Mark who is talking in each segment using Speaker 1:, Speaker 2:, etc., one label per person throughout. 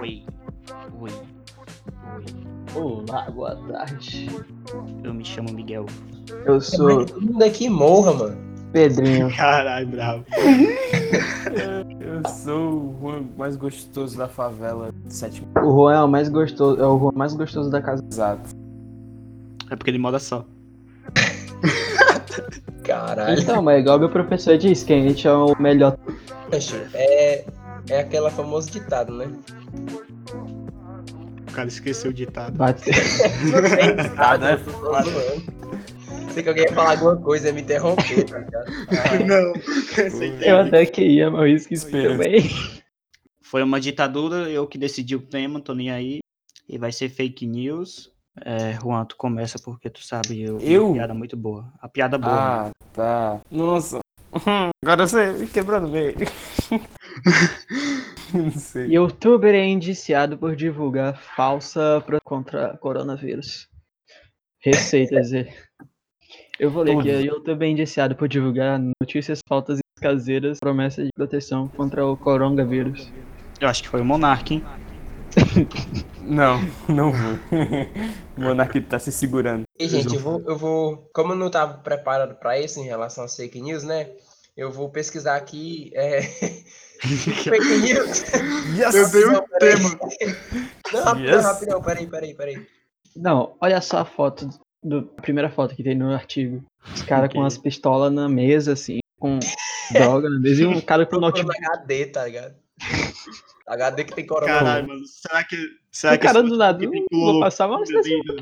Speaker 1: Oi, oi, oi.
Speaker 2: Olá, boa tarde.
Speaker 1: Eu me chamo Miguel.
Speaker 2: Eu sou
Speaker 3: Todo mundo aqui morra, mano.
Speaker 2: Pedrinho.
Speaker 4: Caralho, bravo.
Speaker 5: Eu sou o Juan mais gostoso da favela de sétimo
Speaker 2: O Juan é o mais gostoso, é o Juan mais gostoso da casa.
Speaker 5: exato.
Speaker 1: É porque ele mora só.
Speaker 3: Caralho.
Speaker 2: Então, mas igual meu professor disse, que a gente é o melhor.
Speaker 3: É, é aquela famosa ditado, né?
Speaker 4: O cara esqueceu o ditado.
Speaker 2: Bate.
Speaker 5: Ah, né?
Speaker 3: Sei que alguém ia falar alguma coisa e me interromper, tá ligado?
Speaker 4: Não, você
Speaker 2: Eu até queria, mas eu esqueci
Speaker 5: Esperança.
Speaker 2: também.
Speaker 1: Foi uma ditadura, eu que decidi o tema, tô nem aí. E vai ser fake news. É, Juan, tu começa porque tu sabe eu,
Speaker 5: Eu?
Speaker 1: Uma piada muito boa. A piada boa. né?
Speaker 5: Ah, tá. Nossa. Hum, Agora você me quebrou no meio. Não sei.
Speaker 2: Youtuber é indiciado por divulgar falsa pro- contra coronavírus. Receitas. e- Eu vou ler aqui.
Speaker 5: Todas.
Speaker 2: Youtuber é indiciado por divulgar notícias faltas e caseiras, promessa de proteção contra o coronavírus.
Speaker 1: Eu acho que foi o Monark, hein?
Speaker 5: Não, não vou. O Monark tá se segurando.
Speaker 3: E, gente, eu vou, eu vou. Como eu não tava preparado pra isso em relação às fake news, né? Eu vou pesquisar aqui. É... fake news.
Speaker 4: Eu dei um tema.
Speaker 3: Não, rapidão,
Speaker 5: Yes.
Speaker 3: rapidão, peraí, peraí, peraí.
Speaker 2: Não, olha só a foto do a primeira foto que tem no artigo. Os caras com
Speaker 5: Ok.
Speaker 2: as pistolas na mesa, assim, com droga na mesa e um cara com
Speaker 3: Procura no
Speaker 2: notebook.
Speaker 3: HD, tá ligado? HD que tem coronavírus.
Speaker 4: Caralho, mano. Será que. Será
Speaker 2: O
Speaker 4: que esse tá
Speaker 2: cara do lado,
Speaker 4: que tem
Speaker 2: vou passar
Speaker 1: tipo
Speaker 2: mal
Speaker 1: tá
Speaker 4: meu
Speaker 2: assim.
Speaker 4: Deus.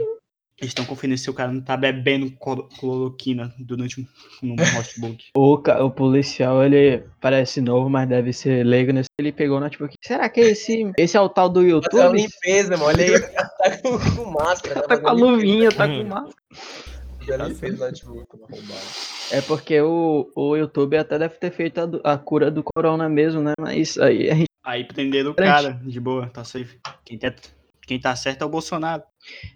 Speaker 1: Eles estão conferindo se o cara não tá bebendo cloro- cloroquina durante um, um notebook.
Speaker 2: O, ca- o policial, ele parece novo, mas deve ser leigo nesse. Ele pegou o notebook. Será que esse, esse é o tal do
Speaker 3: Fazer uma
Speaker 2: YouTube?
Speaker 3: Tá limpeza, mano. Olha aí, o cara tá com, com máscara.
Speaker 2: Tá com a
Speaker 3: fazendo
Speaker 2: luvinha, tá com máscara.
Speaker 3: limpeza, tá limpeza no notebook, mano, arrombado.
Speaker 2: É porque o, o YouTube até deve ter feito a, do- a cura do corona mesmo, né? Mas isso aí a gente.
Speaker 1: Aí prenderam o
Speaker 2: Grande.
Speaker 1: cara, de boa, tá safe. Quem tá, quem tá certo é o Bolsonaro.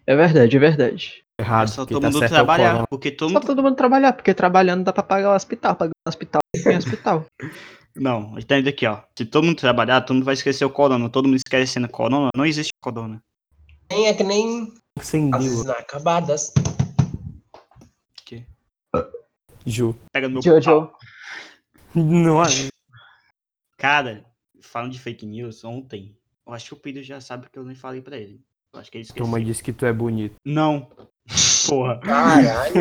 Speaker 2: É verdade, é verdade.
Speaker 1: É
Speaker 5: Errado.
Speaker 1: só
Speaker 5: quem
Speaker 1: todo
Speaker 5: tá
Speaker 1: mundo
Speaker 5: certo é o
Speaker 1: trabalhar, porque todo
Speaker 2: Só
Speaker 1: mundo...
Speaker 2: todo mundo trabalhar, porque trabalhando dá pra pagar o hospital. Pagando o hospital, tem hospital.
Speaker 1: Não, entende aqui, ó. Se todo mundo trabalhar, todo mundo vai esquecer o corona. Todo mundo esquecendo o corona, não existe corona.
Speaker 3: Nem é que nem
Speaker 5: corona. Acendeu.
Speaker 3: as acabadas.
Speaker 5: Ju.
Speaker 1: Pega no meu pau.
Speaker 2: Jojo.
Speaker 5: Não,
Speaker 1: Cara, falando de fake news, ontem, eu acho que o Pedro já sabe que eu nem falei pra ele. Eu acho que ele
Speaker 5: tua
Speaker 1: esqueceu.
Speaker 5: mãe disse que tu é bonito.
Speaker 1: Não. Porra.
Speaker 3: Caralho.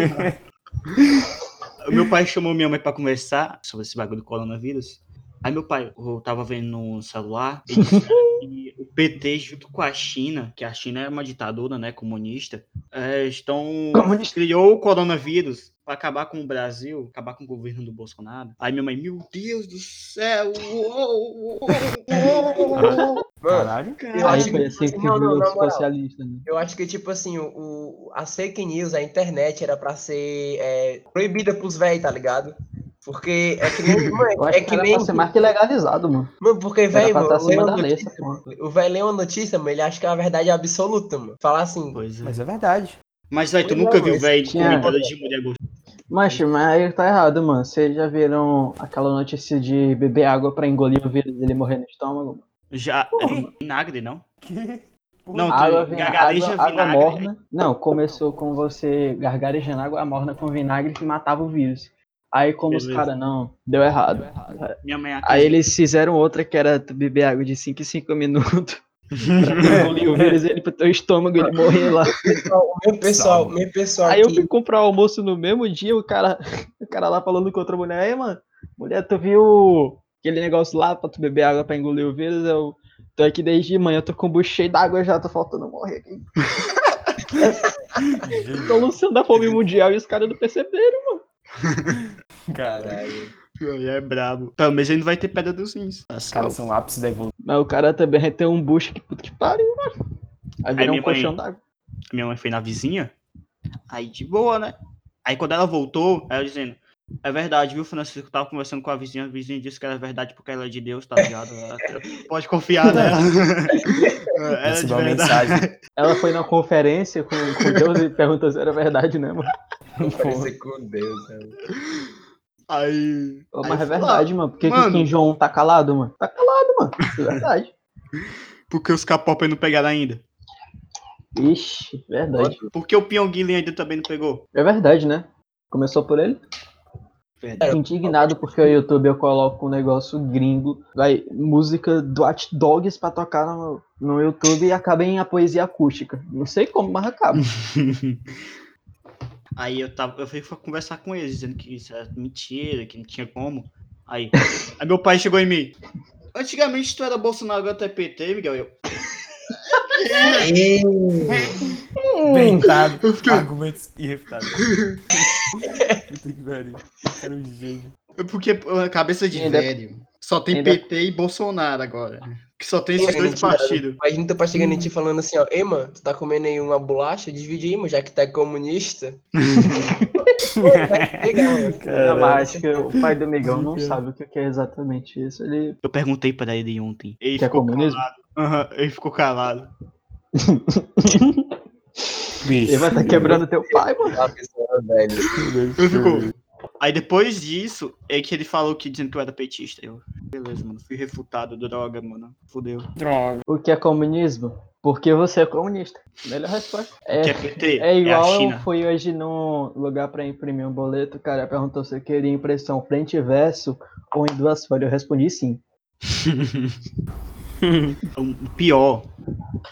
Speaker 1: O meu pai chamou minha mãe pra conversar sobre esse bagulho do coronavírus. Aí meu pai, eu tava vendo no celular, ele disse que o PT junto com a China, que a China é uma ditadura, né, comunista, é, estão
Speaker 2: Comunista.
Speaker 1: criou o coronavírus pra acabar com o Brasil, acabar com o governo do Bolsonaro. Aí minha mãe, meu Deus do céu! uou, uou, uou, uou."
Speaker 3: Mano,
Speaker 5: Caralho.
Speaker 3: Eu
Speaker 2: Aí
Speaker 3: acho que-
Speaker 2: parecia que
Speaker 3: não, não,
Speaker 2: virou
Speaker 3: na moral.
Speaker 2: socialista, né?
Speaker 3: eu acho que, tipo assim, o, o- as fake news, a internet era pra ser é, proibida pros velhos, tá ligado? Porque é que nem.
Speaker 2: Eu
Speaker 3: mano,
Speaker 2: acho
Speaker 3: é
Speaker 2: que,
Speaker 3: que
Speaker 2: era
Speaker 3: nem.
Speaker 2: pra ser mais que legalizado, mano.
Speaker 3: Mano, porque,
Speaker 2: Era
Speaker 3: velho,
Speaker 2: pra
Speaker 3: mano,
Speaker 2: estar acima da lei,
Speaker 3: notícia,
Speaker 2: essa porra.
Speaker 3: o velho lê uma notícia, mano, ele acha que é a verdade absoluta, mano. Falar assim,
Speaker 1: Pois é.
Speaker 5: Mas é verdade.
Speaker 1: Mas aí tu
Speaker 3: Pois é,
Speaker 1: nunca viu
Speaker 3: mas
Speaker 1: velho
Speaker 2: tinha-
Speaker 1: comentada de mulher gostosa.
Speaker 2: Mas, mas aí tá errado, mano. Vocês já viram aquela notícia de beber água pra engolir o vírus e ele morrer no estômago?
Speaker 1: Já é vinagre, não? Não,
Speaker 2: Água,
Speaker 1: tu
Speaker 2: vem-
Speaker 1: gargareja
Speaker 2: água, água
Speaker 1: vinagre. né?
Speaker 2: morna. Não, começou com você gargarejando água morna com vinagre que matava o vírus. Aí como os
Speaker 1: Beleza.
Speaker 2: caras, não, deu errado.
Speaker 1: Minha mãe
Speaker 2: Aí eles fizeram outra que era tu beber água de 5 em 5 minutos. pra tu engolir o vírus ele pro teu estômago ele morrer lá.
Speaker 3: pessoal, meu pessoal,
Speaker 5: Salve.
Speaker 3: meu pessoal
Speaker 2: Aí eu
Speaker 3: aqui.
Speaker 2: fui comprar o almoço no mesmo dia, o cara, o cara lá falando com outra mulher, aí, mano, mulher, tu viu aquele negócio lá pra tu beber água pra engolir o vírus? Eu tô aqui desde de manhã, tô com o bucho cheio d'água já, tô faltando morrer aqui.
Speaker 1: Ah,
Speaker 2: tô Luciano da fome mundial e os caras não perceberam.
Speaker 5: Cara,
Speaker 3: Caralho.
Speaker 1: É brabo. Pelo menos ele não vai ter pedra dos rins.
Speaker 5: os caras são o ápice da evolução.
Speaker 2: Mas o cara também tem um bucho que puta que pariu, mano. Aí virou
Speaker 1: minha
Speaker 2: um
Speaker 1: mãe-
Speaker 2: colchão d'água.
Speaker 1: minha mãe foi na vizinha. Aí de boa, né? Aí quando ela voltou, ela dizendo: É verdade, viu, Francisco? Eu tava conversando com a vizinha, a vizinha disse que era verdade porque ela é de Deus, tá ligado? Ela- pode confiar nela. ela é de
Speaker 5: Recebeu uma
Speaker 1: verdade.
Speaker 5: mensagem.
Speaker 2: Ela foi na conferência com, com Deus e perguntou se era verdade, né, mano?
Speaker 3: Parecer com Deus, né?
Speaker 1: Aí.
Speaker 2: Ô,
Speaker 1: Aí
Speaker 2: Mas é
Speaker 1: eu fui lá.
Speaker 2: verdade, mano. Por que, que o
Speaker 1: Mano.
Speaker 2: Kim Jong tá calado, mano? Tá calado, mano. Isso é verdade.
Speaker 4: Porque os K-pop não pegaram ainda.
Speaker 2: Ixi, verdade.
Speaker 1: Porque o Pyong Guilherme ainda também não pegou.
Speaker 2: É verdade, né? Começou por ele.
Speaker 1: Verdade.
Speaker 2: Fico Indignado porque o YouTube eu coloco um negócio gringo, vai, música do Hot Dogs pra tocar no, no YouTube e acaba em a poesia acústica. Não sei como, mas acaba.
Speaker 1: Aí eu tava, eu fui fui conversar com eles, dizendo que isso era mentira, que não tinha como. Aí, aí meu pai chegou em mim. Antigamente tu era Bolsonaro agora tu é PT, Miguel. Eu,
Speaker 5: Deitado. Argumentos irrefutáveis. Puta que pariu.
Speaker 1: É.
Speaker 5: Era um gênio.
Speaker 1: porque pô, a cabeça de
Speaker 2: Ainda- é
Speaker 1: velho. Só tem
Speaker 2: ainda- é
Speaker 1: PT e Bolsonaro agora. Que só tem esses
Speaker 3: Ainda
Speaker 1: dois
Speaker 3: tiraram.
Speaker 1: partidos.
Speaker 3: Imagina tu pai chegando em ti falando assim, ó, ei, mano, tu tá comendo aí uma bolacha? Divide aí, mano, já que tu é comunista. tá
Speaker 2: Ainda
Speaker 5: Caralho.
Speaker 2: mais que o pai do Miguel não
Speaker 5: Zica.
Speaker 2: sabe o que que é exatamente isso. Ele
Speaker 1: Eu perguntei pra ele ontem. Ele
Speaker 2: que é
Speaker 1: ficou calado.
Speaker 2: comunismo.
Speaker 1: Aham, ele ficou calado.
Speaker 5: Bicho.
Speaker 2: Ele vai estar quebrando teu pai, mano.
Speaker 3: Ah, pessoal, velho.
Speaker 1: Ele ficou. Aí depois disso, é que ele falou que dizendo que eu era petista. Eu, beleza, mano. Fui refutado, droga, mano. Fudeu.
Speaker 5: Droga.
Speaker 2: O que é comunismo? Porque você é comunista. Melhor resposta. É,
Speaker 1: Que é PT?
Speaker 2: É
Speaker 1: a
Speaker 2: igual eu
Speaker 1: China.
Speaker 2: fui hoje num lugar pra imprimir um boleto, o cara perguntou se eu queria impressão frente e verso ou em duas folhas. Eu respondi sim.
Speaker 1: O pior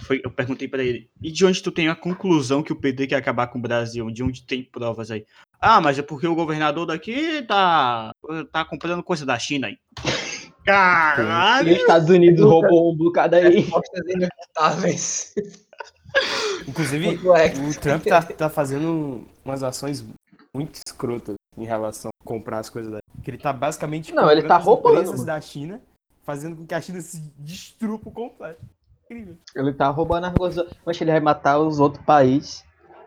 Speaker 1: foi, eu perguntei pra ele, e de onde tu tem a conclusão que o PT quer acabar com o Brasil? De onde tem provas aí? Ah, mas é porque o governador daqui tá, tá comprando coisa da China aí.
Speaker 2: E os
Speaker 1: Caralho!
Speaker 2: Estados Unidos roubou um bocado aí.
Speaker 3: Respostas irrefutáveis.
Speaker 5: Inclusive,
Speaker 3: Complexo.
Speaker 5: o Trump tá, tá fazendo umas ações muito escrotas em relação a comprar as coisas da que ele tá basicamente
Speaker 2: Não, ele
Speaker 5: comprando
Speaker 2: tá
Speaker 5: as
Speaker 2: roubando,
Speaker 5: empresas
Speaker 2: mano.
Speaker 5: da China, fazendo com que a China se destrupa completo. Incrível.
Speaker 2: Ele tá roubando as coisas. Mas ele vai matar os outros países.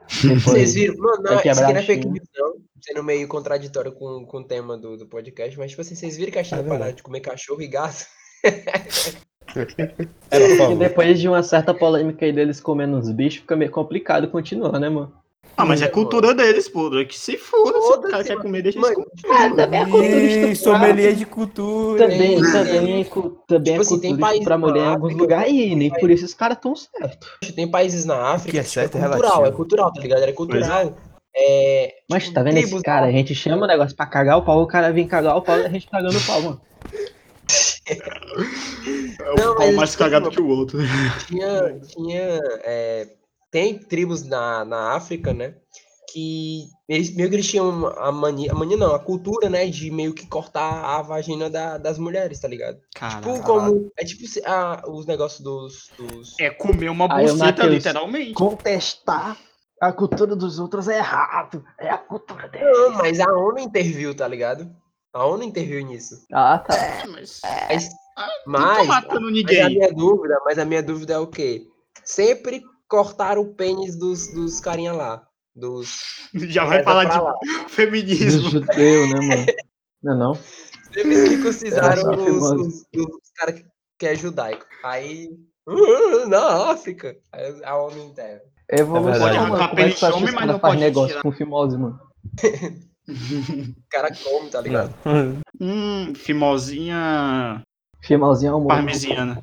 Speaker 3: Vocês
Speaker 2: Depois.
Speaker 3: viram? Mano, não,
Speaker 2: Vai
Speaker 3: isso aqui
Speaker 2: quebrar
Speaker 3: não é
Speaker 2: a
Speaker 3: fake
Speaker 2: China.
Speaker 3: news, não. Sendo é meio contraditório com, com o tema do, do podcast, mas, tipo assim, vocês viram que a China
Speaker 5: É verdade.
Speaker 3: parou de comer cachorro e gato?
Speaker 2: E depois de uma certa polêmica aí deles comendo uns bichos, fica meio complicado continuar, né, mano?
Speaker 1: Ah, mas é cultura deles, pô. É que se foda, se o cara
Speaker 3: Foda-se,
Speaker 1: quer comer, deixa eles
Speaker 3: Mano,
Speaker 1: comer.
Speaker 3: Ah, é
Speaker 5: Ih, sommelier de cultura. hein?
Speaker 2: Também, também, é cu- também
Speaker 3: Tipo
Speaker 2: é
Speaker 3: assim, tem
Speaker 2: cultura
Speaker 3: país
Speaker 2: pra
Speaker 3: na
Speaker 2: mulher em alguns
Speaker 3: África,
Speaker 2: lugares aí, nem por isso os caras tão certos.
Speaker 3: tem países na África
Speaker 5: que é
Speaker 3: tipo,
Speaker 5: certo é
Speaker 3: cultural,
Speaker 5: relativo.
Speaker 3: é cultural, tá ligado? É cultural. É,
Speaker 2: Mas
Speaker 3: tipo,
Speaker 2: tá vendo esse
Speaker 3: tribos
Speaker 2: cara? A gente chama o negócio pra cagar o pau, o cara vem cagar o pau e a gente cagando o pau, mano.
Speaker 4: É
Speaker 3: Não,
Speaker 4: um pau
Speaker 3: mas
Speaker 4: mais
Speaker 3: tipo,
Speaker 4: cagado que o outro.
Speaker 3: tinha, tinha é, tem tribos na, na África, né? Que eles meio que eles tinham a mania, a mania não, a cultura, né? De meio que cortar a vagina da- das mulheres, tá ligado? Tipo,
Speaker 1: Caralho.
Speaker 3: como. É tipo se- a- os negócios dos. dos...
Speaker 1: É comer uma
Speaker 2: Aí o
Speaker 1: buceta,
Speaker 2: Matheus.
Speaker 1: literalmente.
Speaker 2: Contestar a cultura dos outros é errado. É a cultura dele.
Speaker 3: Não, mas a ONU interviu, tá ligado? A ONU interviu nisso.
Speaker 2: Ah, tá.
Speaker 1: É, mas
Speaker 3: Mas.
Speaker 1: Ah, não tô
Speaker 3: mas
Speaker 1: matando
Speaker 3: Mas a
Speaker 1: ninguém.
Speaker 3: minha dúvida, mas a minha dúvida é o quê? Sempre cortaram o pênis dos, dos carinha lá. Dos.
Speaker 1: Já vai
Speaker 3: é Reza
Speaker 1: falar
Speaker 3: pra
Speaker 1: de
Speaker 3: lá.
Speaker 2: Do
Speaker 1: feminismo.
Speaker 2: judeu, né, mano? Não, é não.
Speaker 3: Sempre circuncisaram
Speaker 2: Essa é
Speaker 3: os,
Speaker 2: famosa.
Speaker 3: os, os caras que é judaico. Aí. "Ah, na África. Aí a ONU interna.
Speaker 2: É evolução,
Speaker 5: verdade.
Speaker 2: mano.
Speaker 1: Matar
Speaker 2: Como é que
Speaker 1: pênis
Speaker 2: você acha
Speaker 1: homem,
Speaker 2: que os
Speaker 1: mas
Speaker 2: caras
Speaker 1: não
Speaker 2: fazem
Speaker 1: pode
Speaker 2: negócio
Speaker 1: tirar.
Speaker 2: com fimose, mano?
Speaker 3: O cara come, tá ligado?
Speaker 1: Hum, fimosinha
Speaker 2: Fimosinho é um monte.
Speaker 1: parmesiana.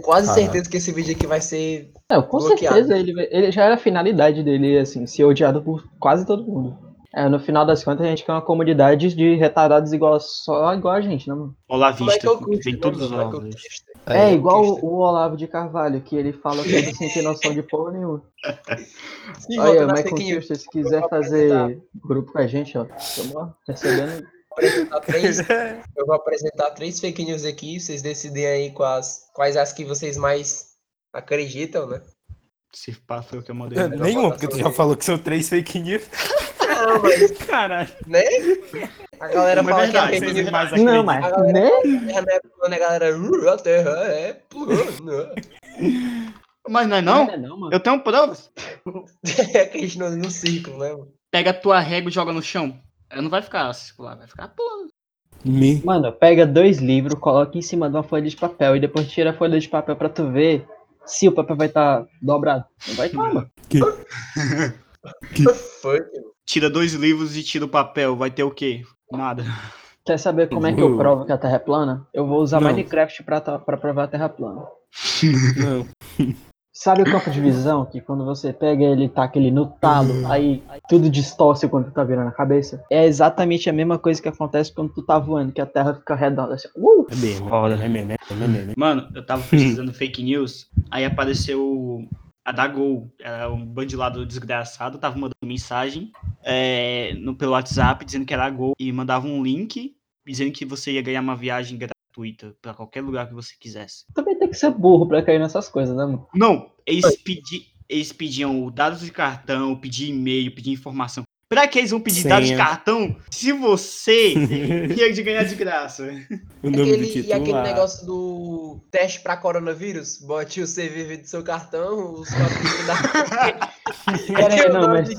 Speaker 3: Quase
Speaker 5: Caralho.
Speaker 3: certeza que esse vídeo aqui vai ser.
Speaker 2: É, com
Speaker 3: Bloqueado.
Speaker 2: certeza ele, vai- ele já era a finalidade dele, assim, ser odiado por quase todo mundo. É, no final das contas a gente quer uma comunidade de retardados igual, só igual a gente, né, mano?
Speaker 1: Olavista.
Speaker 3: Michael Custer,
Speaker 1: Tem
Speaker 3: né,
Speaker 1: todos os
Speaker 3: mano? Michael
Speaker 1: olavistas.
Speaker 3: Custer.
Speaker 5: Tá
Speaker 2: É,
Speaker 3: É,
Speaker 2: igual
Speaker 3: autista.
Speaker 2: o Olavo de Carvalho, que ele fala tudo sem ter noção de porra nenhuma.
Speaker 3: Sim,
Speaker 2: Aí,
Speaker 3: volta
Speaker 2: ó,
Speaker 3: na
Speaker 2: Michael
Speaker 3: fake news.
Speaker 2: Kirsten, se quiser fazer grupo com a gente, ó, tamo ó, recebendo.
Speaker 3: Tá
Speaker 1: É
Speaker 3: três- Eu vou apresentar três fake news aqui, vocês decidem aí quais, quais as que vocês mais acreditam, né?
Speaker 1: Se pá, foi o que eu mandei.
Speaker 5: É, Nenhuma, porque tu já falou que são três fake news.
Speaker 3: Não, mas,
Speaker 5: Caralho.
Speaker 3: né? A galera
Speaker 1: Mas é
Speaker 3: fala
Speaker 1: verdade,
Speaker 3: que a fake
Speaker 1: vocês
Speaker 3: news
Speaker 5: mais
Speaker 2: Não,
Speaker 5: acreditam.
Speaker 2: mas,
Speaker 3: Agora-
Speaker 2: né?
Speaker 3: é terra, né? Quando a galera, "Uh, a terra é plana.
Speaker 1: Mas não é não?
Speaker 3: né,
Speaker 2: é não, mano.
Speaker 1: Eu tenho provas.
Speaker 3: É que a gente não no círculo, né? mano?
Speaker 1: Pega a tua régua e joga no chão. Ela não vai ficar circular, vai ficar plana.
Speaker 5: Me.
Speaker 2: Mano, pega dois livros, coloca em cima de uma folha de papel e depois tira a folha de papel pra tu ver se o papel vai estar dobrado. Não vai estar, mano.
Speaker 3: Foi,
Speaker 1: Tira dois livros e tira o papel. Vai ter o quê? Nada.
Speaker 2: Quer saber como é que eu provo que a Terra é plana? Eu vou usar
Speaker 5: Não.
Speaker 2: Minecraft pra, ta- pra provar a Terra plana.
Speaker 5: Não.
Speaker 2: Sabe o campo de visão? Que quando você pega ele e taca ele no talo, aí tudo distorce quando tu tá virando a cabeça? É exatamente a mesma coisa que acontece quando tu tá voando, que a Terra fica redonda. Assim, uh!
Speaker 5: É mesmo.
Speaker 1: Foda.
Speaker 5: É mesmo, é mesmo, é mesmo.
Speaker 1: Mano, eu tava pesquisando fake news, aí apareceu a da Gol, era um bandilado desgraçado, tava mandando mensagem é, no, pelo WhatsApp dizendo que era a Gol e mandava um link dizendo que você ia ganhar uma viagem gratuita pra qualquer lugar que você quisesse.
Speaker 2: Também tem que ser burro pra cair nessas coisas, né, mano?
Speaker 1: Não, eles, pedi, eles pediam dados de cartão, pediam e-mail, pediam informação. Pra que eles vão pedir
Speaker 5: Sim,
Speaker 1: dados de
Speaker 5: é.
Speaker 1: cartão se você ia de ganhar de graça?
Speaker 5: O
Speaker 3: E
Speaker 5: nome
Speaker 3: aquele-
Speaker 5: do título
Speaker 3: e aquele
Speaker 5: lá.
Speaker 3: negócio do teste pra coronavírus? Bote o CVV do seu cartão, os códigos da.
Speaker 2: Pera
Speaker 3: É,
Speaker 2: aí, não, mas-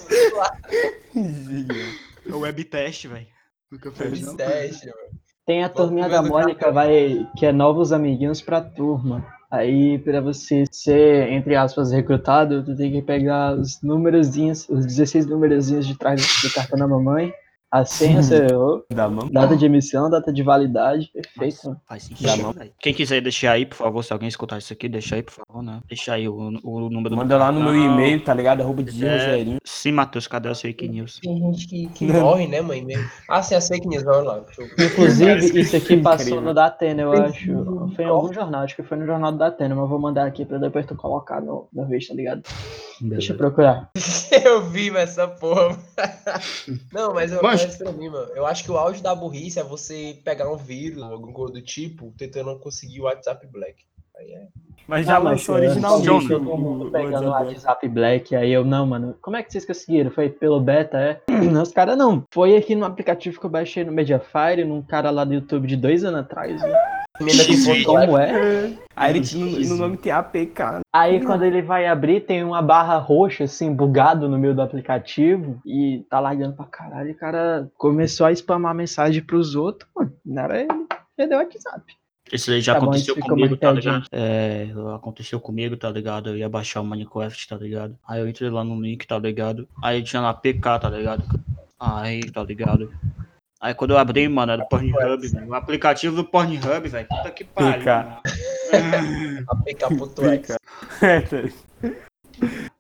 Speaker 1: É o web teste, velho.
Speaker 4: Nunca fez, não.
Speaker 3: Teste, mano.
Speaker 2: Tem a
Speaker 3: Bota o
Speaker 2: turminha
Speaker 3: meu
Speaker 2: da
Speaker 3: do
Speaker 2: Mônica,
Speaker 3: cartão.
Speaker 2: vai, que é novos amiguinhos pra turma. Aí, pra você ser, entre aspas, recrutado, tu tem que pegar os númerozinhos, os 16 numerozinhos de trás do cartão da mamãe, a senha, seu,
Speaker 5: Da mão.
Speaker 2: data de emissão, data de validade, perfeito. mano.
Speaker 1: Faz
Speaker 5: Dá
Speaker 1: sentido,
Speaker 5: não.
Speaker 1: velho. Quem quiser deixar aí, por favor, se alguém escutar isso aqui, deixa aí, por favor, né? Deixa aí o, o número
Speaker 5: Manda lá no meu
Speaker 1: Não.
Speaker 5: e-mail, tá ligado? Arroba
Speaker 2: É.
Speaker 5: de Rogerinho.
Speaker 1: do. Sim, Matheus, cadê as fake news?
Speaker 3: Tem gente que, que
Speaker 5: Não.
Speaker 3: morre, né, mãe? Mesmo. Ah, sim, as fake news, vamos lá. Deixa eu-
Speaker 2: Inclusive, isso aqui
Speaker 5: incrível.
Speaker 2: passou no Datena, eu
Speaker 5: um
Speaker 2: acho. Foi em
Speaker 3: Incrível.
Speaker 2: algum jornal, acho que foi no jornal do Datena, mas eu vou mandar aqui pra depois tu colocar no, no vídeo, tá ligado? Deixa eu procurar.
Speaker 3: Eu vi mas essa porra. Não, mas eu
Speaker 4: Mas-
Speaker 3: mas pra mim, mano. Eu acho que o auge da burrice é você pegar um vírus, alguma coisa do tipo, tentando conseguir o WhatsApp Black. Aí é.
Speaker 5: Mas já
Speaker 2: Ah, mas
Speaker 5: lançou
Speaker 2: eu-
Speaker 5: originalmente.
Speaker 2: eu vi
Speaker 5: o-
Speaker 2: Todo
Speaker 5: o-
Speaker 2: mundo
Speaker 5: o
Speaker 2: pegando o
Speaker 5: WhatsApp.
Speaker 2: WhatsApp Black, aí eu, não, mano. Como é que vocês conseguiram? Foi pelo beta, é? Os caras não. Foi aqui no aplicativo que eu baixei no Mediafire, num cara lá do YouTube de dois anos atrás. né?
Speaker 3: Emenda com ponto leve.
Speaker 2: Como é?
Speaker 5: Aí ele tinha no, no nome tem APK.
Speaker 2: Aí quando ele vai abrir, tem uma barra roxa, assim, bugado no meio do aplicativo. E tá largando pra caralho. E o cara começou a spamar mensagem pros outros, mano. Não era ele. Perdeu o WhatsApp.
Speaker 1: Isso aí já
Speaker 2: Tá bom,
Speaker 1: aconteceu
Speaker 2: isso ficou
Speaker 1: comigo, tá
Speaker 2: marcadinho.
Speaker 1: ligado? É, aconteceu comigo, tá ligado? Eu ia baixar o Minecraft, tá ligado? Aí eu entrei lá no link, tá ligado? Aí tinha lá PK, tá ligado? Aí, tá ligado? Aí quando eu abri, mano, era o Pornhub, velho. O aplicativo do Pornhub, velho. Puta que pariu.
Speaker 5: PK.
Speaker 1: mano.
Speaker 3: APK.exe.
Speaker 5: É,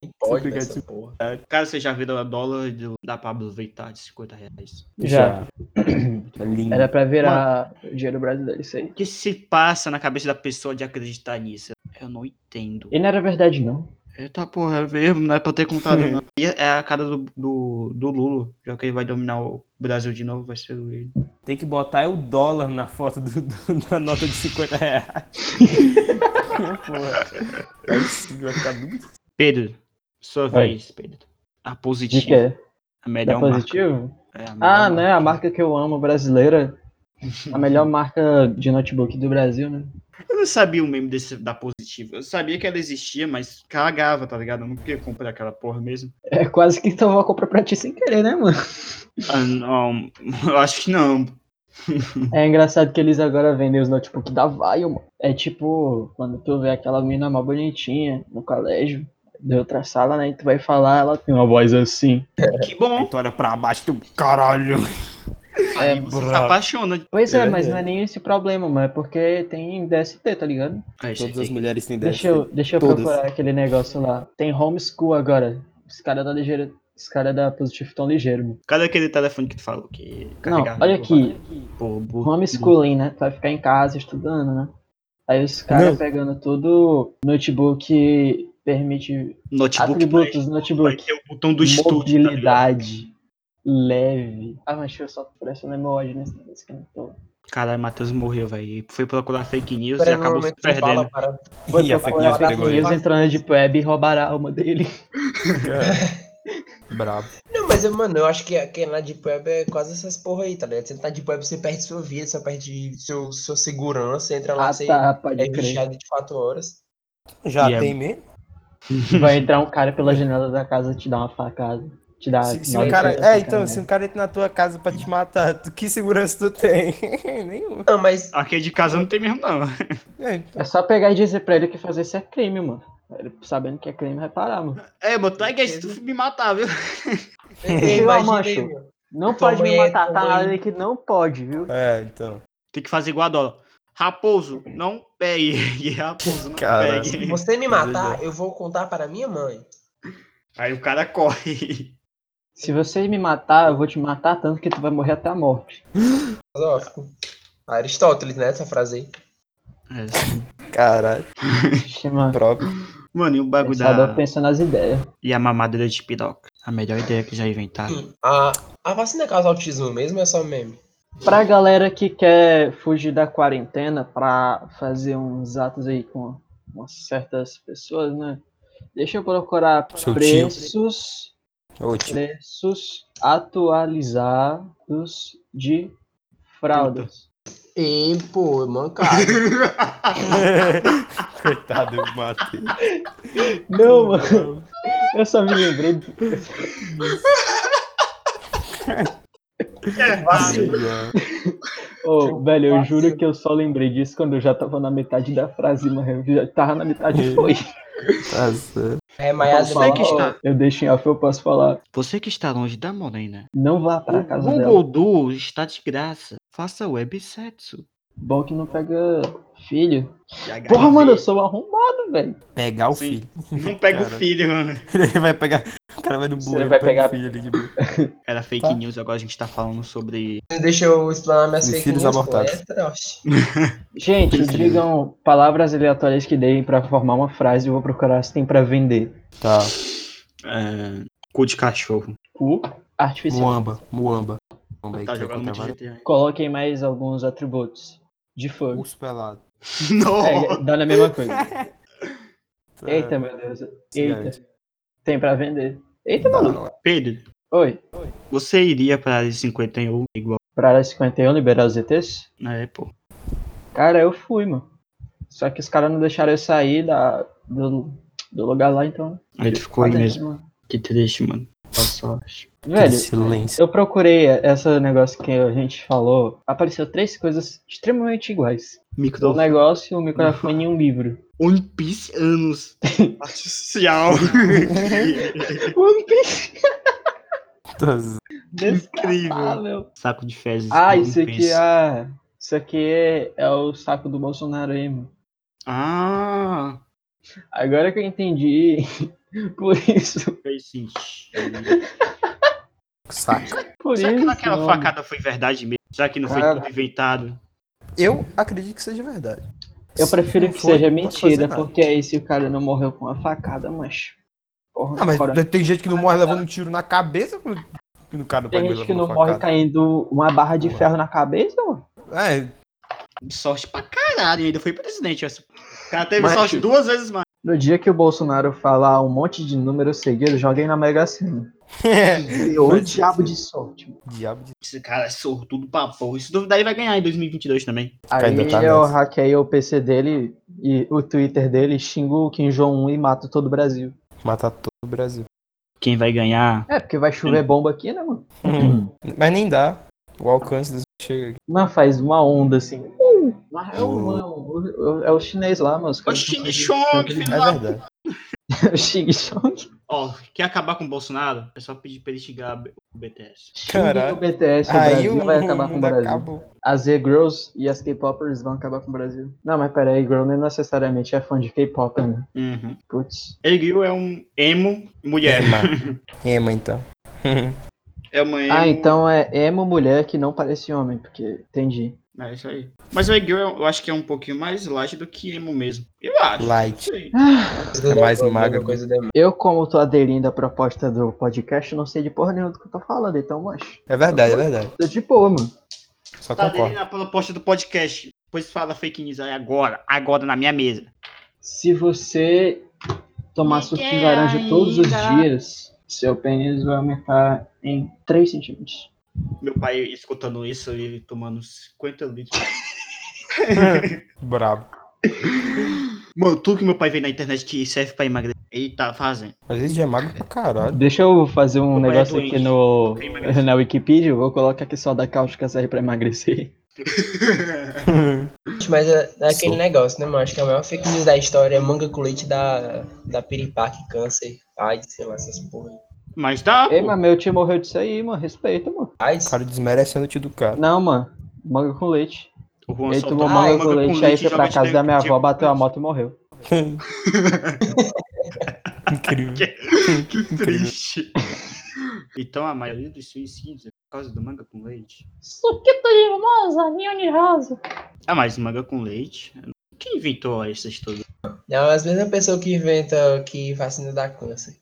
Speaker 3: Quem Pode né, essa
Speaker 5: tá Aplicativo.
Speaker 3: porra.
Speaker 1: Cara, você já viu a dólar do- da Pablo Vittar de 50 reais?
Speaker 2: Já.
Speaker 5: Tá lindo.
Speaker 2: Era pra virar dinheiro brasileiro, isso aí.
Speaker 1: O que se passa na cabeça da pessoa de acreditar nisso? Eu não entendo.
Speaker 2: E não era verdade, não.
Speaker 1: Eita porra, é mesmo, não é pra ter contado não. E é a cara do, do, do Lula, já que ele vai dominar o Brasil de novo, vai ser ele.
Speaker 5: Tem que botar é o dólar na foto do, do- da nota de 50 reais. Porra. É isso, vai ficar muito-
Speaker 1: Pedro, sua
Speaker 2: Oi.
Speaker 1: vez, Pedro. A
Speaker 2: De
Speaker 1: positiva.
Speaker 2: quê?
Speaker 1: A
Speaker 2: Da
Speaker 1: melhor marca.
Speaker 2: positivo?
Speaker 1: É, a melhor
Speaker 2: Ah,
Speaker 1: marca.
Speaker 2: né? A marca que eu amo, brasileira. A melhor marca de notebook do Brasil, né?
Speaker 1: Eu não sabia o meme desse, da positiva. Eu sabia que ela existia, mas cagava, tá ligado? Eu não queria comprar aquela porra mesmo.
Speaker 2: É quase que então eu vou comprar pra ti sem querer, né, mano?
Speaker 1: Ah, não, eu acho que não.
Speaker 2: É engraçado que eles agora vendem os notebooks da Vaio, mano. É tipo, quando tu vê aquela menina mó bonitinha no colégio, de outra sala, né? E tu vai falar, ela tem uma voz assim.
Speaker 1: Que bom.
Speaker 5: Aí tu olha pra baixo, tu, caralho.
Speaker 1: Aí você se
Speaker 5: brabo.
Speaker 1: apaixona.
Speaker 2: Pois é,
Speaker 5: É
Speaker 2: mas
Speaker 5: verdade.
Speaker 2: não é nem esse problema, mano. É porque tem DST, tá ligado?
Speaker 1: Aí você
Speaker 5: Todas as
Speaker 1: fica-
Speaker 5: mulheres têm
Speaker 2: Deixa eu, deixa eu
Speaker 5: Todas.
Speaker 2: procurar aquele negócio lá. Tem homeschool agora. Os caras da ligeira. Os caras da Positivo tão ligeiro, mano.
Speaker 1: Cadê aquele telefone que tu falou que
Speaker 2: Não,
Speaker 1: carregava
Speaker 2: olha
Speaker 1: por-
Speaker 2: aqui.
Speaker 1: por Bluetooth?
Speaker 2: homeschooling, né? Tu vai ficar em casa estudando, né? Aí os caras
Speaker 5: Não.
Speaker 2: pegando tudo, notebook permite
Speaker 1: Notebook né?
Speaker 2: atributos
Speaker 1: Plus.
Speaker 2: do
Speaker 1: Tipo, Vai
Speaker 2: notebook,
Speaker 1: ter o botão do estúdio. tá ligado?
Speaker 2: mobilidade, leve. Ah, mas deixa eu só pressionar meu ódio nesse, nesse canto.
Speaker 1: Caralho, Matheus morreu, velho. Foi procurar fake news e
Speaker 3: Peraí,
Speaker 1: acabou se
Speaker 3: momento, fala
Speaker 1: perdendo.
Speaker 3: para
Speaker 5: E a fake news
Speaker 3: procurar
Speaker 5: pegou
Speaker 3: aqui.
Speaker 5: ele.
Speaker 2: Eles entrando na Deep Web e roubaram a alma dele.
Speaker 5: Brabo.
Speaker 3: Não, mas, mano, eu acho que, que na Deep Web é quase essas porra aí, tá ligado? Você tá na Deep Web, você perde sua vida, você perde seu, sua segurança, você entra lá,
Speaker 2: Ah,
Speaker 3: você
Speaker 2: tá, pode
Speaker 3: é
Speaker 2: crer.
Speaker 3: vigiado de 4 horas.
Speaker 5: Já
Speaker 1: E é-
Speaker 5: tem mesmo?
Speaker 2: Vai entrar um cara pela janela da casa e te dar uma facada. Te dar
Speaker 5: Se, se
Speaker 2: nove
Speaker 5: um cara...
Speaker 2: tiros na
Speaker 5: É, então,
Speaker 2: cara.
Speaker 5: se um cara entra na tua casa pra te matar, tu- que segurança tu tem? um, Nenhuma.
Speaker 3: Não, mas
Speaker 1: Aqui de casa não tem mesmo, não.
Speaker 5: É,
Speaker 2: É só pegar e dizer pra ele que fazer isso é crime, mano. Ele, sabendo que é crime, vai parar, mano.
Speaker 1: É, botou aí que aí se tu me matar, viu?
Speaker 3: imagina aí,
Speaker 2: macho.
Speaker 3: mano.
Speaker 2: Não
Speaker 3: Tua
Speaker 2: pode me
Speaker 3: mãe é-
Speaker 2: matar,
Speaker 3: tua
Speaker 2: tá na
Speaker 3: mãe-
Speaker 2: lei que não pode, viu?
Speaker 5: É, então.
Speaker 1: Tem que fazer igual a Dora. Raposo, não pegue. Raposo, não
Speaker 5: Cara.
Speaker 1: pegue.
Speaker 3: Se você me matar,
Speaker 2: é.
Speaker 3: eu vou contar para minha mãe.
Speaker 1: Aí o cara corre.
Speaker 2: Se você me matar, eu vou te matar tanto que tu vai morrer até a morte.
Speaker 3: Mas, ó, fico- Aristóteles, né? Essa frase aí.
Speaker 2: É,
Speaker 5: Caralho,
Speaker 2: Chama
Speaker 5: próprio.
Speaker 1: Mano, e o bagulho
Speaker 2: pensador
Speaker 1: da...
Speaker 2: pensando nas ideias.
Speaker 1: E a mamadeira de piroca. A melhor ideia que já inventaram.
Speaker 3: A, a vacina causa autismo mesmo ou é só meme?
Speaker 2: Pra galera que quer fugir da quarentena pra fazer uns atos aí com umas certas pessoas, né? Deixa eu procurar
Speaker 5: Seu tio.
Speaker 2: preços,
Speaker 5: Ô, tio.
Speaker 2: preços atualizados de fraldas.
Speaker 3: E, pô, mancado.
Speaker 5: Coitado, eu matei.
Speaker 2: Não, mano. Eu só me lembrei. do- Ô, velho, eu juro que eu só lembrei disso quando eu já tava na metade da frase, mas eu já tava na metade foi.
Speaker 5: Tá certo.
Speaker 3: É, mas
Speaker 1: Você que
Speaker 3: ó,
Speaker 1: está-
Speaker 2: Eu deixo em off, eu posso falar.
Speaker 1: Você que está longe da morena.
Speaker 2: Não vá pra
Speaker 1: O
Speaker 2: casa dela.
Speaker 1: Google Duo está de graça. Faça websetsu.
Speaker 2: Bom que não pega filho.
Speaker 1: E a
Speaker 2: Porra,
Speaker 1: HIV.
Speaker 2: mano, eu sou arrombado, velho.
Speaker 5: Pegar o
Speaker 1: Sim.
Speaker 5: filho.
Speaker 1: Não pega
Speaker 5: Cara.
Speaker 1: o filho, mano.
Speaker 5: Ele vai pegar. O cara vai no
Speaker 2: Você
Speaker 5: bueiro,
Speaker 2: vai
Speaker 5: pega
Speaker 2: pegar-
Speaker 5: o filho ali de boa.
Speaker 1: Era fake
Speaker 5: Tá.
Speaker 1: news, agora a gente tá falando sobre.
Speaker 3: deixa eu explanar minhas
Speaker 5: Os
Speaker 3: fake
Speaker 5: filhos
Speaker 3: news, pô,
Speaker 5: abortados.
Speaker 3: é trote.
Speaker 2: Gente, digam palavras aleatórias que deem pra formar uma frase. Eu vou procurar se tem pra vender.
Speaker 5: Tá.
Speaker 1: é, cu de cachorro.
Speaker 2: Cu artificial.
Speaker 5: Muamba. Muamba. Muamba aí
Speaker 1: Tá
Speaker 5: que vai
Speaker 1: jogando muito
Speaker 5: contra-
Speaker 1: GTA.
Speaker 2: Coloquem mais alguns atributos. De fogo.
Speaker 5: Urso pelado.
Speaker 2: É,
Speaker 1: Não!
Speaker 2: dá na mesma coisa.
Speaker 5: Tá.
Speaker 2: Eita, meu Deus.
Speaker 5: Cigarette.
Speaker 2: Eita. Tem pra vender. Eita,
Speaker 5: Tá,
Speaker 2: maluco.
Speaker 5: não é.
Speaker 1: Pedro,
Speaker 2: Oi.
Speaker 1: você iria pra área de 51 igual.
Speaker 2: Pra área 51 liberar os ETs?
Speaker 1: É, pô.
Speaker 2: Cara, eu fui, mano. Só que os caras não deixaram eu sair da, do, do lugar lá, então.
Speaker 1: Aí tu ficou
Speaker 2: Lá
Speaker 1: aí
Speaker 2: dentro,
Speaker 1: mesmo.
Speaker 2: mano.
Speaker 1: Que triste, mano. Nossa, acho.
Speaker 2: Velho,
Speaker 5: silêncio.
Speaker 2: eu procurei esse negócio que a gente falou. Apareceu três coisas extremamente iguais:
Speaker 5: Então
Speaker 2: um
Speaker 1: Micro.
Speaker 2: negócio, um microfone e um livro.
Speaker 1: One Piece anos. Artificial.
Speaker 2: One Piece!
Speaker 5: Tá certo.
Speaker 2: Descartável.
Speaker 1: Saco de fezes.
Speaker 2: Ah,
Speaker 1: One
Speaker 2: isso aqui,
Speaker 1: Piece.
Speaker 2: ah, isso aqui é, é o saco do Bolsonaro aí, mano.
Speaker 1: Ah,
Speaker 2: Agora que eu entendi. Por isso,
Speaker 1: fez sentido.
Speaker 5: Saco.
Speaker 2: por
Speaker 1: Será que
Speaker 2: isso.
Speaker 1: naquela
Speaker 2: mano.
Speaker 1: facada foi verdade mesmo? Será que não foi
Speaker 5: Cara.
Speaker 1: tudo inventado?
Speaker 5: Eu acredito que seja verdade.
Speaker 2: Eu
Speaker 5: Se
Speaker 2: prefiro
Speaker 5: não
Speaker 2: que
Speaker 5: for,
Speaker 2: seja
Speaker 5: não posso fazer
Speaker 2: mentira,
Speaker 5: nada.
Speaker 2: porque aí se o cara não morreu com a facada, mas. Porra,
Speaker 5: Ah, mas
Speaker 2: fora-
Speaker 5: tem gente que não morre levando um tiro na cabeça quando quando o cara não
Speaker 2: Tem
Speaker 5: pode
Speaker 2: gente que
Speaker 5: levar
Speaker 2: não
Speaker 5: uma
Speaker 2: morre
Speaker 5: facada.
Speaker 2: caindo uma barra de ferro na cabeça, mano.
Speaker 5: É,
Speaker 1: Sorte pra caralho, ainda foi presidente. essa- O cara teve
Speaker 2: Mas-
Speaker 1: sorte duas vezes mais.
Speaker 2: No dia que o Bolsonaro falar um monte de números seguidos, joguem na Mega Sena. Deu o
Speaker 5: É, Mas-
Speaker 2: diabo de sorte, mano.
Speaker 5: diabo de.
Speaker 1: Esse cara é sortudo pra porra. Se duvidar, ele vai ganhar em 2022 também.
Speaker 2: Aí
Speaker 5: Ainda tá
Speaker 2: eu
Speaker 5: nessa.
Speaker 2: hackeio o PC dele e o Twitter dele, xingo o Kim Jong-un e mato todo o Brasil.
Speaker 5: Matar todo o Brasil.
Speaker 1: Quem vai ganhar?
Speaker 2: É, porque vai chover
Speaker 5: Hum.
Speaker 2: bomba aqui, né, mano?
Speaker 5: Mas nem dá. O alcance desse chega aqui.
Speaker 2: Mas faz uma onda assim. Mas é,
Speaker 5: Hum.
Speaker 2: o, o- é o chinês lá, mano. os
Speaker 1: O
Speaker 2: caras-
Speaker 1: Xing Chong, filho
Speaker 5: É
Speaker 1: da...
Speaker 5: verdade.
Speaker 2: O Xing Chong.
Speaker 1: Ó, quer acabar com o Bolsonaro? É só pedir pra ele xingar o BTS.
Speaker 2: Xinguem o BTS, o
Speaker 5: Aí
Speaker 2: Brasil
Speaker 5: o
Speaker 2: vai acabar com o
Speaker 5: mundo
Speaker 2: Brasil.
Speaker 5: acabou.
Speaker 2: As Z-Girls e as K-Poppers vão acabar com o Brasil. Não, mas peraí, Girl não necessariamente é fã de K-Pop, né?
Speaker 1: Uhum.
Speaker 2: Putz.
Speaker 1: Ele é um emo mulher.
Speaker 5: Ema. Ema, então.
Speaker 1: É uma emo.
Speaker 2: Ah, então é emo mulher que não parece homem, porque entendi.
Speaker 1: É isso aí. Mas o Egil eu eu acho que é um pouquinho mais light do que emo mesmo. Eu acho.
Speaker 5: Light.
Speaker 1: não sei.
Speaker 5: É mais magra.
Speaker 3: Coisa demais.
Speaker 2: Eu, como tô aderindo à proposta do podcast, não sei de porra nenhuma do que eu tô falando, então, mas.
Speaker 5: É verdade, é verdade.
Speaker 2: Tô de boa, mano.
Speaker 5: Só
Speaker 1: Tá dele
Speaker 5: concordo.
Speaker 1: na proposta do podcast. Pois fala fake news aí agora. Agora na minha mesa.
Speaker 2: Se você tomar suco de laranja todos os dias, seu pênis vai aumentar em 3 centímetros.
Speaker 1: Meu pai escutando isso, ele tomando 50 litros.
Speaker 5: Brabo.
Speaker 1: Mano, tudo que meu pai vê na internet que serve pra emagrecer, ele tá fazendo.
Speaker 5: Mas esse já é magro pra caralho.
Speaker 2: Deixa eu fazer um
Speaker 1: Meu pai é
Speaker 2: negócio
Speaker 1: doente.
Speaker 2: aqui no,
Speaker 1: Ele emagrece.
Speaker 2: na Wikipedia. Eu vou colocar aqui só da cáustica serve pra emagrecer.
Speaker 3: Gente, Mas é, é aquele
Speaker 5: Sou.
Speaker 3: negócio, né, mano? Acho que a maior fake news da história é manga com leite da, da piripaque, câncer, AIDS, sei lá, essas porra. aí.
Speaker 1: Mas dá,
Speaker 2: Ei,
Speaker 1: pô.
Speaker 2: mas meu tio morreu disso aí, mano. Respeita, mano.
Speaker 3: Mas,
Speaker 5: O cara desmerecendo o tio do cara.
Speaker 2: Não, mano. Manga com leite.
Speaker 1: O Juan
Speaker 2: ele
Speaker 1: só
Speaker 2: tomou
Speaker 1: tá-
Speaker 2: manga
Speaker 1: manga
Speaker 2: com leite, aí foi
Speaker 1: joga
Speaker 2: pra casa
Speaker 1: dentro
Speaker 2: da minha
Speaker 1: de-
Speaker 2: avó, bateu a moto e morreu.
Speaker 5: Incrível.
Speaker 4: Que triste.
Speaker 1: Então a maioria dos suicídios é por causa do manga com leite.
Speaker 6: Suquito tá de rosa, ninho de rosa.
Speaker 1: Ah, mas manga com leite? Quem inventou essa história?
Speaker 3: não, as mesmas pessoas que inventam que vacina dá câncer.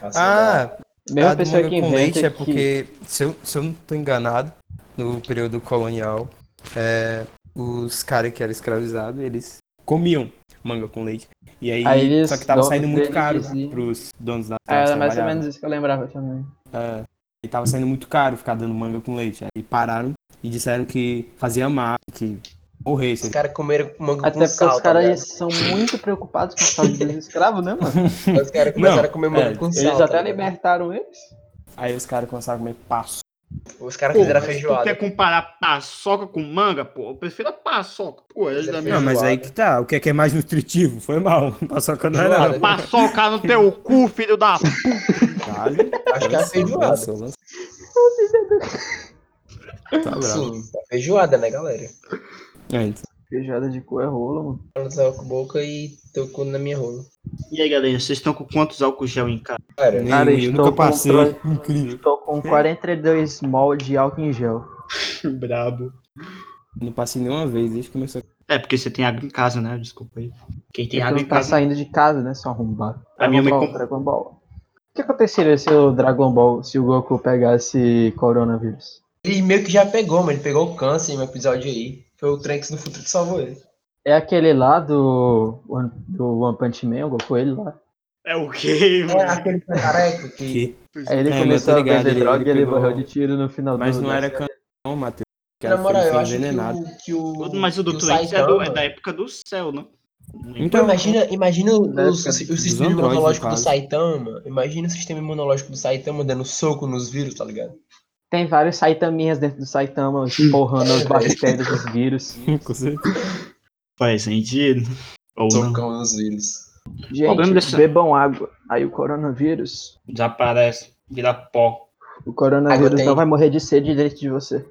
Speaker 3: Vacina dá-
Speaker 5: Ah,
Speaker 2: Mesma
Speaker 5: a do
Speaker 2: pessoa
Speaker 5: manga
Speaker 2: que
Speaker 5: com
Speaker 2: inventa
Speaker 5: leite é
Speaker 2: que-
Speaker 5: porque, se, eu, se eu não tô enganado, no período colonial, é, os caras que eram escravizados, eles comiam manga com leite. E aí,
Speaker 2: Aí eles-
Speaker 5: só que tava
Speaker 2: dono
Speaker 5: saindo muito
Speaker 2: deles
Speaker 5: caro
Speaker 2: dizia-
Speaker 5: pros donos da
Speaker 2: É, era mais ou
Speaker 5: trabalhavam.
Speaker 2: menos isso que eu lembrava também.
Speaker 5: É, e tava saindo muito caro ficar dando manga com leite. Aí pararam e disseram que fazia mal, que
Speaker 3: Os
Speaker 5: morresse.
Speaker 3: caras comeram manga
Speaker 2: Até
Speaker 3: com
Speaker 2: porque
Speaker 3: sal,
Speaker 2: os
Speaker 3: tá ligado?
Speaker 2: caras são muito preocupados com a saúde dos escravos, né, mano?
Speaker 3: Os caras começaram a comer manga
Speaker 5: é,
Speaker 3: com sal.
Speaker 2: Eles
Speaker 3: tá
Speaker 2: até
Speaker 3: ligado?
Speaker 2: libertaram eles.
Speaker 5: Aí os caras começaram a comer passo.
Speaker 3: Os caras
Speaker 1: Pô,
Speaker 3: fizeram
Speaker 1: mas é Tu
Speaker 3: feijoada.
Speaker 1: quer comparar paçoca com manga, pô? Eu prefiro a paçoca. Pô, é da
Speaker 5: Não,
Speaker 1: mesma.
Speaker 5: mas aí que tá. O que é que é mais nutritivo? Foi mal. Paçoca não é era.
Speaker 3: Feijoada.
Speaker 5: Não.
Speaker 1: Paçoca no teu cu, filho da... p-
Speaker 5: Caralho.
Speaker 3: Acho que é a
Speaker 5: Lançou,
Speaker 3: feijoada.
Speaker 5: lançou, lançou. Tá bravo.
Speaker 3: Sim, a feijoada, né, galera?
Speaker 5: É, então.
Speaker 2: Feijoada de cu é rolo, mano.
Speaker 3: Eu tava com boca e teu cu na minha rola.
Speaker 1: E aí, galera, vocês estão com quantos álcool gel em casa?
Speaker 3: Cara,
Speaker 5: Nem-
Speaker 2: Cara,
Speaker 5: eu
Speaker 2: estou
Speaker 5: nunca passei.
Speaker 2: contra-
Speaker 5: Incrível.
Speaker 2: Tô com 42 mol de álcool em gel.
Speaker 1: Brabo.
Speaker 5: Não passei nenhuma vez desde que começou.
Speaker 1: É, porque você tem água em casa, né? Desculpa aí. Quem tem
Speaker 2: Porque
Speaker 1: água
Speaker 2: não
Speaker 1: em
Speaker 2: tá
Speaker 1: casa...
Speaker 2: saindo de casa, né, seu arrombado.
Speaker 1: A minha mãe
Speaker 2: Dragon Ball,
Speaker 1: comp-
Speaker 2: Dragon Ball. O que aconteceria se o Dragon Ball, se o Goku pegasse coronavírus?
Speaker 3: ele meio que já pegou, mas ele pegou o câncer no episódio aí. Foi o Trunks no futuro que salvou ele.
Speaker 2: É aquele lá do, One- do One Punch Man, o Goku, ele lá.
Speaker 1: É o quê,
Speaker 3: É
Speaker 1: mano?
Speaker 3: aquele careca que
Speaker 5: Que...
Speaker 2: Aí ele
Speaker 5: É, mas
Speaker 2: começou
Speaker 5: tô
Speaker 2: a
Speaker 5: ligado,
Speaker 2: vender
Speaker 5: ele-
Speaker 2: droga e
Speaker 5: ele
Speaker 2: ele
Speaker 5: pegou-
Speaker 2: morreu de tiro no final
Speaker 5: Mas
Speaker 2: do
Speaker 5: não era canção, Matheus. O cara
Speaker 3: Na moral,
Speaker 5: foi
Speaker 3: eu acho
Speaker 5: envenenado.
Speaker 3: que o, que o.
Speaker 1: Mas o do
Speaker 3: que
Speaker 1: Twix é,
Speaker 3: Saitama-
Speaker 1: do- é da época do céu, né?
Speaker 3: Pô,
Speaker 5: Então,
Speaker 3: imagina, imagina o,
Speaker 2: Da
Speaker 3: o-
Speaker 2: época
Speaker 3: o
Speaker 5: dos
Speaker 3: sistema
Speaker 5: androides,
Speaker 3: imunológico
Speaker 5: no
Speaker 3: do
Speaker 5: caso.
Speaker 3: Saitama. Imagina o sistema imunológico do Saitama dando soco nos vírus, tá ligado?
Speaker 2: Tem vários Saitaminhas dentro do Saitama, porrando as bactérias, os vírus.
Speaker 5: com certeza.
Speaker 1: Faz sentido. Ou não.
Speaker 3: Socão nos vírus.
Speaker 1: problema
Speaker 2: Gente,
Speaker 1: dessa-
Speaker 2: bebam água. Aí o coronavírus,
Speaker 1: Desaparece. Vira pó.
Speaker 2: o coronavírus
Speaker 3: Água tem.
Speaker 2: não vai morrer de sede dentro de você.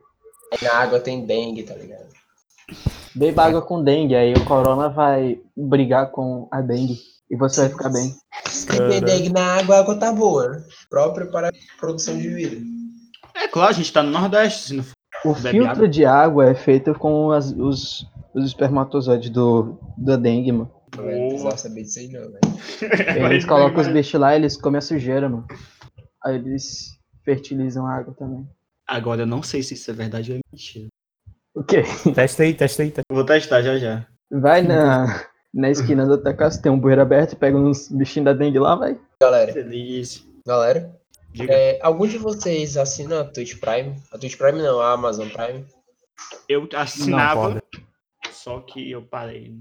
Speaker 3: Aí na água tem dengue, tá ligado?
Speaker 2: Beba água com dengue, aí o corona vai brigar com a dengue. E você vai ficar bem.
Speaker 3: Se tem dengue na água, a água tá boa, né? Própria para a produção de vida.
Speaker 1: É claro, a gente tá no Nordeste. se não for-
Speaker 2: O
Speaker 1: Bebe
Speaker 2: filtro
Speaker 1: água.
Speaker 2: de água é feito com as- os, os espermatozoides do, da dengue, mano.
Speaker 3: Não vai precisar saber disso aí, não, né? velho.
Speaker 2: Eles colocam os bichos lá, eles comem a sujeira, mano. Aí eles fertilizam a água também.
Speaker 1: Agora, eu não sei se isso é verdade ou é mentira.
Speaker 2: O quê?
Speaker 5: Testa aí, testa aí, testa
Speaker 1: Eu vou testar já já.
Speaker 2: Vai na, na esquina da tua casa, tem um bueiro aberto, pega uns bichinhos da dengue lá, vai.
Speaker 3: Galera,
Speaker 1: Feliz.
Speaker 3: galera.
Speaker 1: Diga.
Speaker 3: É, algum de vocês assina a Twitch Prime? A Twitch Prime não, a Amazon Prime.
Speaker 1: Eu assinava,
Speaker 5: foda.
Speaker 1: só que eu parei.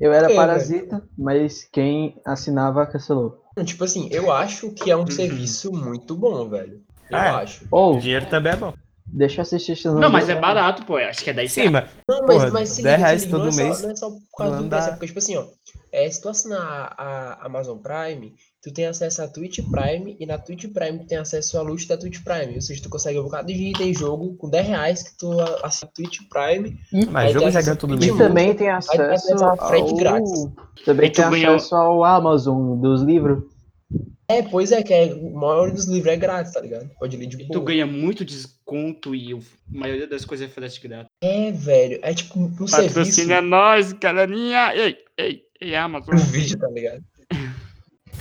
Speaker 2: Eu era
Speaker 3: É,
Speaker 2: parasita, mas quem assinava cancelou.
Speaker 3: Tipo assim, eu acho que é um serviço muito bom, velho. Eu
Speaker 5: É.
Speaker 3: acho.
Speaker 2: Ou,
Speaker 5: dinheiro também é bom.
Speaker 2: deixa eu assistir esses
Speaker 1: Não, mas é barato, pô. Acho que é 10
Speaker 5: Sim,
Speaker 1: reais.
Speaker 5: mas
Speaker 3: Não, mas,
Speaker 5: Porra,
Speaker 3: mas se
Speaker 5: 10
Speaker 3: liga,
Speaker 5: reais
Speaker 3: se liga,
Speaker 5: todo
Speaker 3: não é
Speaker 5: mês,
Speaker 3: só, não é só por causa
Speaker 5: não
Speaker 3: do preço, é
Speaker 5: dá.
Speaker 3: porque, tipo assim, ó, é, se tu assinar a Amazon Prime, tu tem acesso à Twitch Prime e na Twitch Prime tu tem acesso à luz da Twitch Prime. Ou seja, tu consegue um bocado de item e jogo com 10 reais que tu a- assina a Twitch Prime.
Speaker 5: mas
Speaker 3: Aí
Speaker 5: jogo
Speaker 3: tem
Speaker 5: já
Speaker 3: essa-
Speaker 5: ganha tudo
Speaker 3: tem
Speaker 2: E
Speaker 5: mesmo.
Speaker 3: também-
Speaker 2: também tem
Speaker 3: tem
Speaker 2: acesso
Speaker 3: acesso à frete grátis.
Speaker 2: ao...
Speaker 1: né?
Speaker 2: Também
Speaker 1: E tu
Speaker 2: tem
Speaker 1: ganhou-
Speaker 2: acesso ao Amazon dos livros.
Speaker 3: É, pois é, que é, o maior dos livros é grátis, tá ligado? Pode ler de
Speaker 1: E
Speaker 3: boa.
Speaker 1: tu ganha muito desconto e o- a maioria das coisas é frete grátis.
Speaker 3: É, velho, é tipo um serviço,
Speaker 1: é nós, galerinha. Ei, ei, ei, Amazon.
Speaker 3: um vídeo, tá ligado?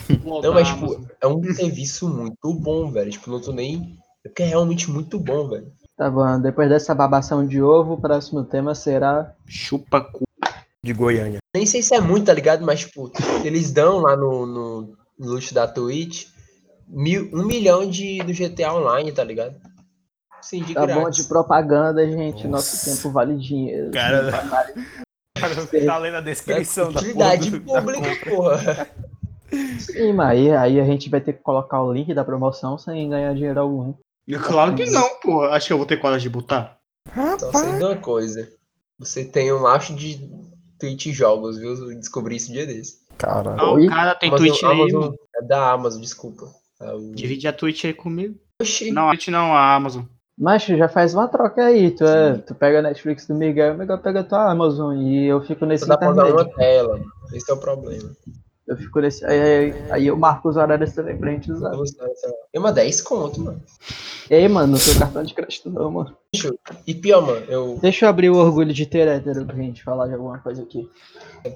Speaker 1: Então
Speaker 3: Não, mas, tipo, É um serviço muito bom, velho. Tipo, não tô nem... É porque é realmente muito bom, velho.
Speaker 2: Tá bom, depois dessa babação de ovo, o próximo tema será...
Speaker 1: Chupa cu.
Speaker 5: De Goiânia.
Speaker 3: Nem sei se é muito, tá ligado? Mas, tipo, eles dão lá no, no luxo da Twitch mil, um milhão de, do GTA Online, tá ligado? Sim, de
Speaker 2: Tá bom de
Speaker 3: grátis.
Speaker 2: propaganda, gente. Nosso
Speaker 5: Nossa.
Speaker 2: tempo vale dinheiro.
Speaker 5: Cara, cara tá lendo a descrição da
Speaker 3: É Utilidade
Speaker 5: porra do- da
Speaker 3: pública, porra.
Speaker 2: Sim, mas aí, aí a gente vai ter que colocar o link da promoção sem ganhar dinheiro algum.
Speaker 1: Claro que não, pô. Acho que eu vou ter coragem de botar.
Speaker 3: Só sendo uma coisa. Você tem um laço de Twitch jogos, viu? Eu descobri isso um dia desse.
Speaker 5: Cara.
Speaker 1: Ah, o
Speaker 2: Oi?
Speaker 1: cara tem
Speaker 3: Amazon-
Speaker 1: Twitch aí.
Speaker 3: Amazon-
Speaker 1: mano.
Speaker 3: É da Amazon, desculpa.
Speaker 1: Divide a Twitch aí comigo.
Speaker 3: Oxi.
Speaker 1: Não, a Twitch não, a Amazon.
Speaker 2: Macho, já faz uma troca aí. Tu, é- tu pega a Netflix do Miguel, o Miguel pega a tua Amazon e eu fico nesse
Speaker 3: Não dá pra usar
Speaker 2: intermédio.
Speaker 3: uma tela. Esse é o problema.
Speaker 2: Eu fico nesse. Aí, aí- aí eu marco os horários também pra gente usar.
Speaker 3: Eu vou usar essa- Eu uma 10 conto, mano.
Speaker 2: Ei, mano, não tem cartão de crédito não, mano.
Speaker 3: E pior, mano, eu
Speaker 2: Deixa eu abrir o orgulho de ter hétero pra gente falar de alguma coisa aqui.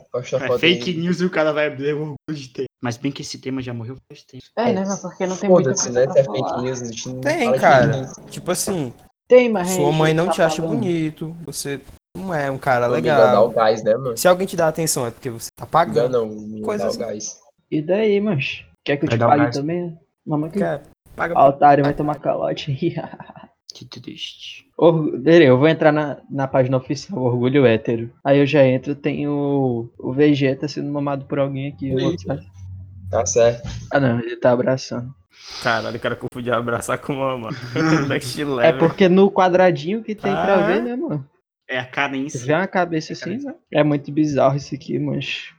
Speaker 3: posto a
Speaker 1: É
Speaker 3: foto.
Speaker 1: fake
Speaker 3: aí.
Speaker 1: news e o cara vai ler o orgulho de ter. Mas bem que esse tema já morreu faz tempo.
Speaker 2: É, né, mas porque não tem muita
Speaker 3: Foda-se,
Speaker 2: coisa
Speaker 3: né? Se
Speaker 2: pra
Speaker 3: é fake
Speaker 2: falar.
Speaker 3: news, a gente não
Speaker 5: Tem,
Speaker 3: fala de
Speaker 5: cara.
Speaker 3: fake news.
Speaker 5: Tipo assim,
Speaker 2: Tem, mas a
Speaker 5: sua
Speaker 2: gente
Speaker 5: mãe não
Speaker 2: tá
Speaker 5: te acha
Speaker 2: falando.
Speaker 5: bonito, você não é um cara
Speaker 3: Não, Miguel Dá o
Speaker 5: legal.
Speaker 3: gás, né, mano?
Speaker 5: Se alguém te dá atenção é porque você tá
Speaker 3: Miguel
Speaker 5: pagando.
Speaker 3: não, Miguel
Speaker 5: Coisa
Speaker 3: dá o
Speaker 5: assim.
Speaker 3: gás.
Speaker 2: E daí, macho? Quer que eu
Speaker 1: Vai
Speaker 2: te
Speaker 1: dar um
Speaker 2: pague
Speaker 1: gás.
Speaker 2: também? Mamãe que
Speaker 5: Quer? Paga
Speaker 2: Ah, otário vai tomar calote. ah.
Speaker 1: Que triste.
Speaker 2: Orgu- Dele, eu vou entrar na, na página oficial, Orgulho Hétero. Aí eu já entro, tem o, o Vegeta sendo mamado por alguém aqui. eu vou-
Speaker 3: Tá certo.
Speaker 2: Ah não, ele tá abraçando.
Speaker 5: Caralho, o cara confundiu abraçar com mama. Next
Speaker 2: É
Speaker 5: level.
Speaker 2: porque no quadradinho que tem pra
Speaker 5: Ah.
Speaker 2: ver, né, mano?
Speaker 1: É a
Speaker 2: Se
Speaker 1: cadência.
Speaker 2: vê uma cabeça assim, né? É muito bizarro isso aqui, mas.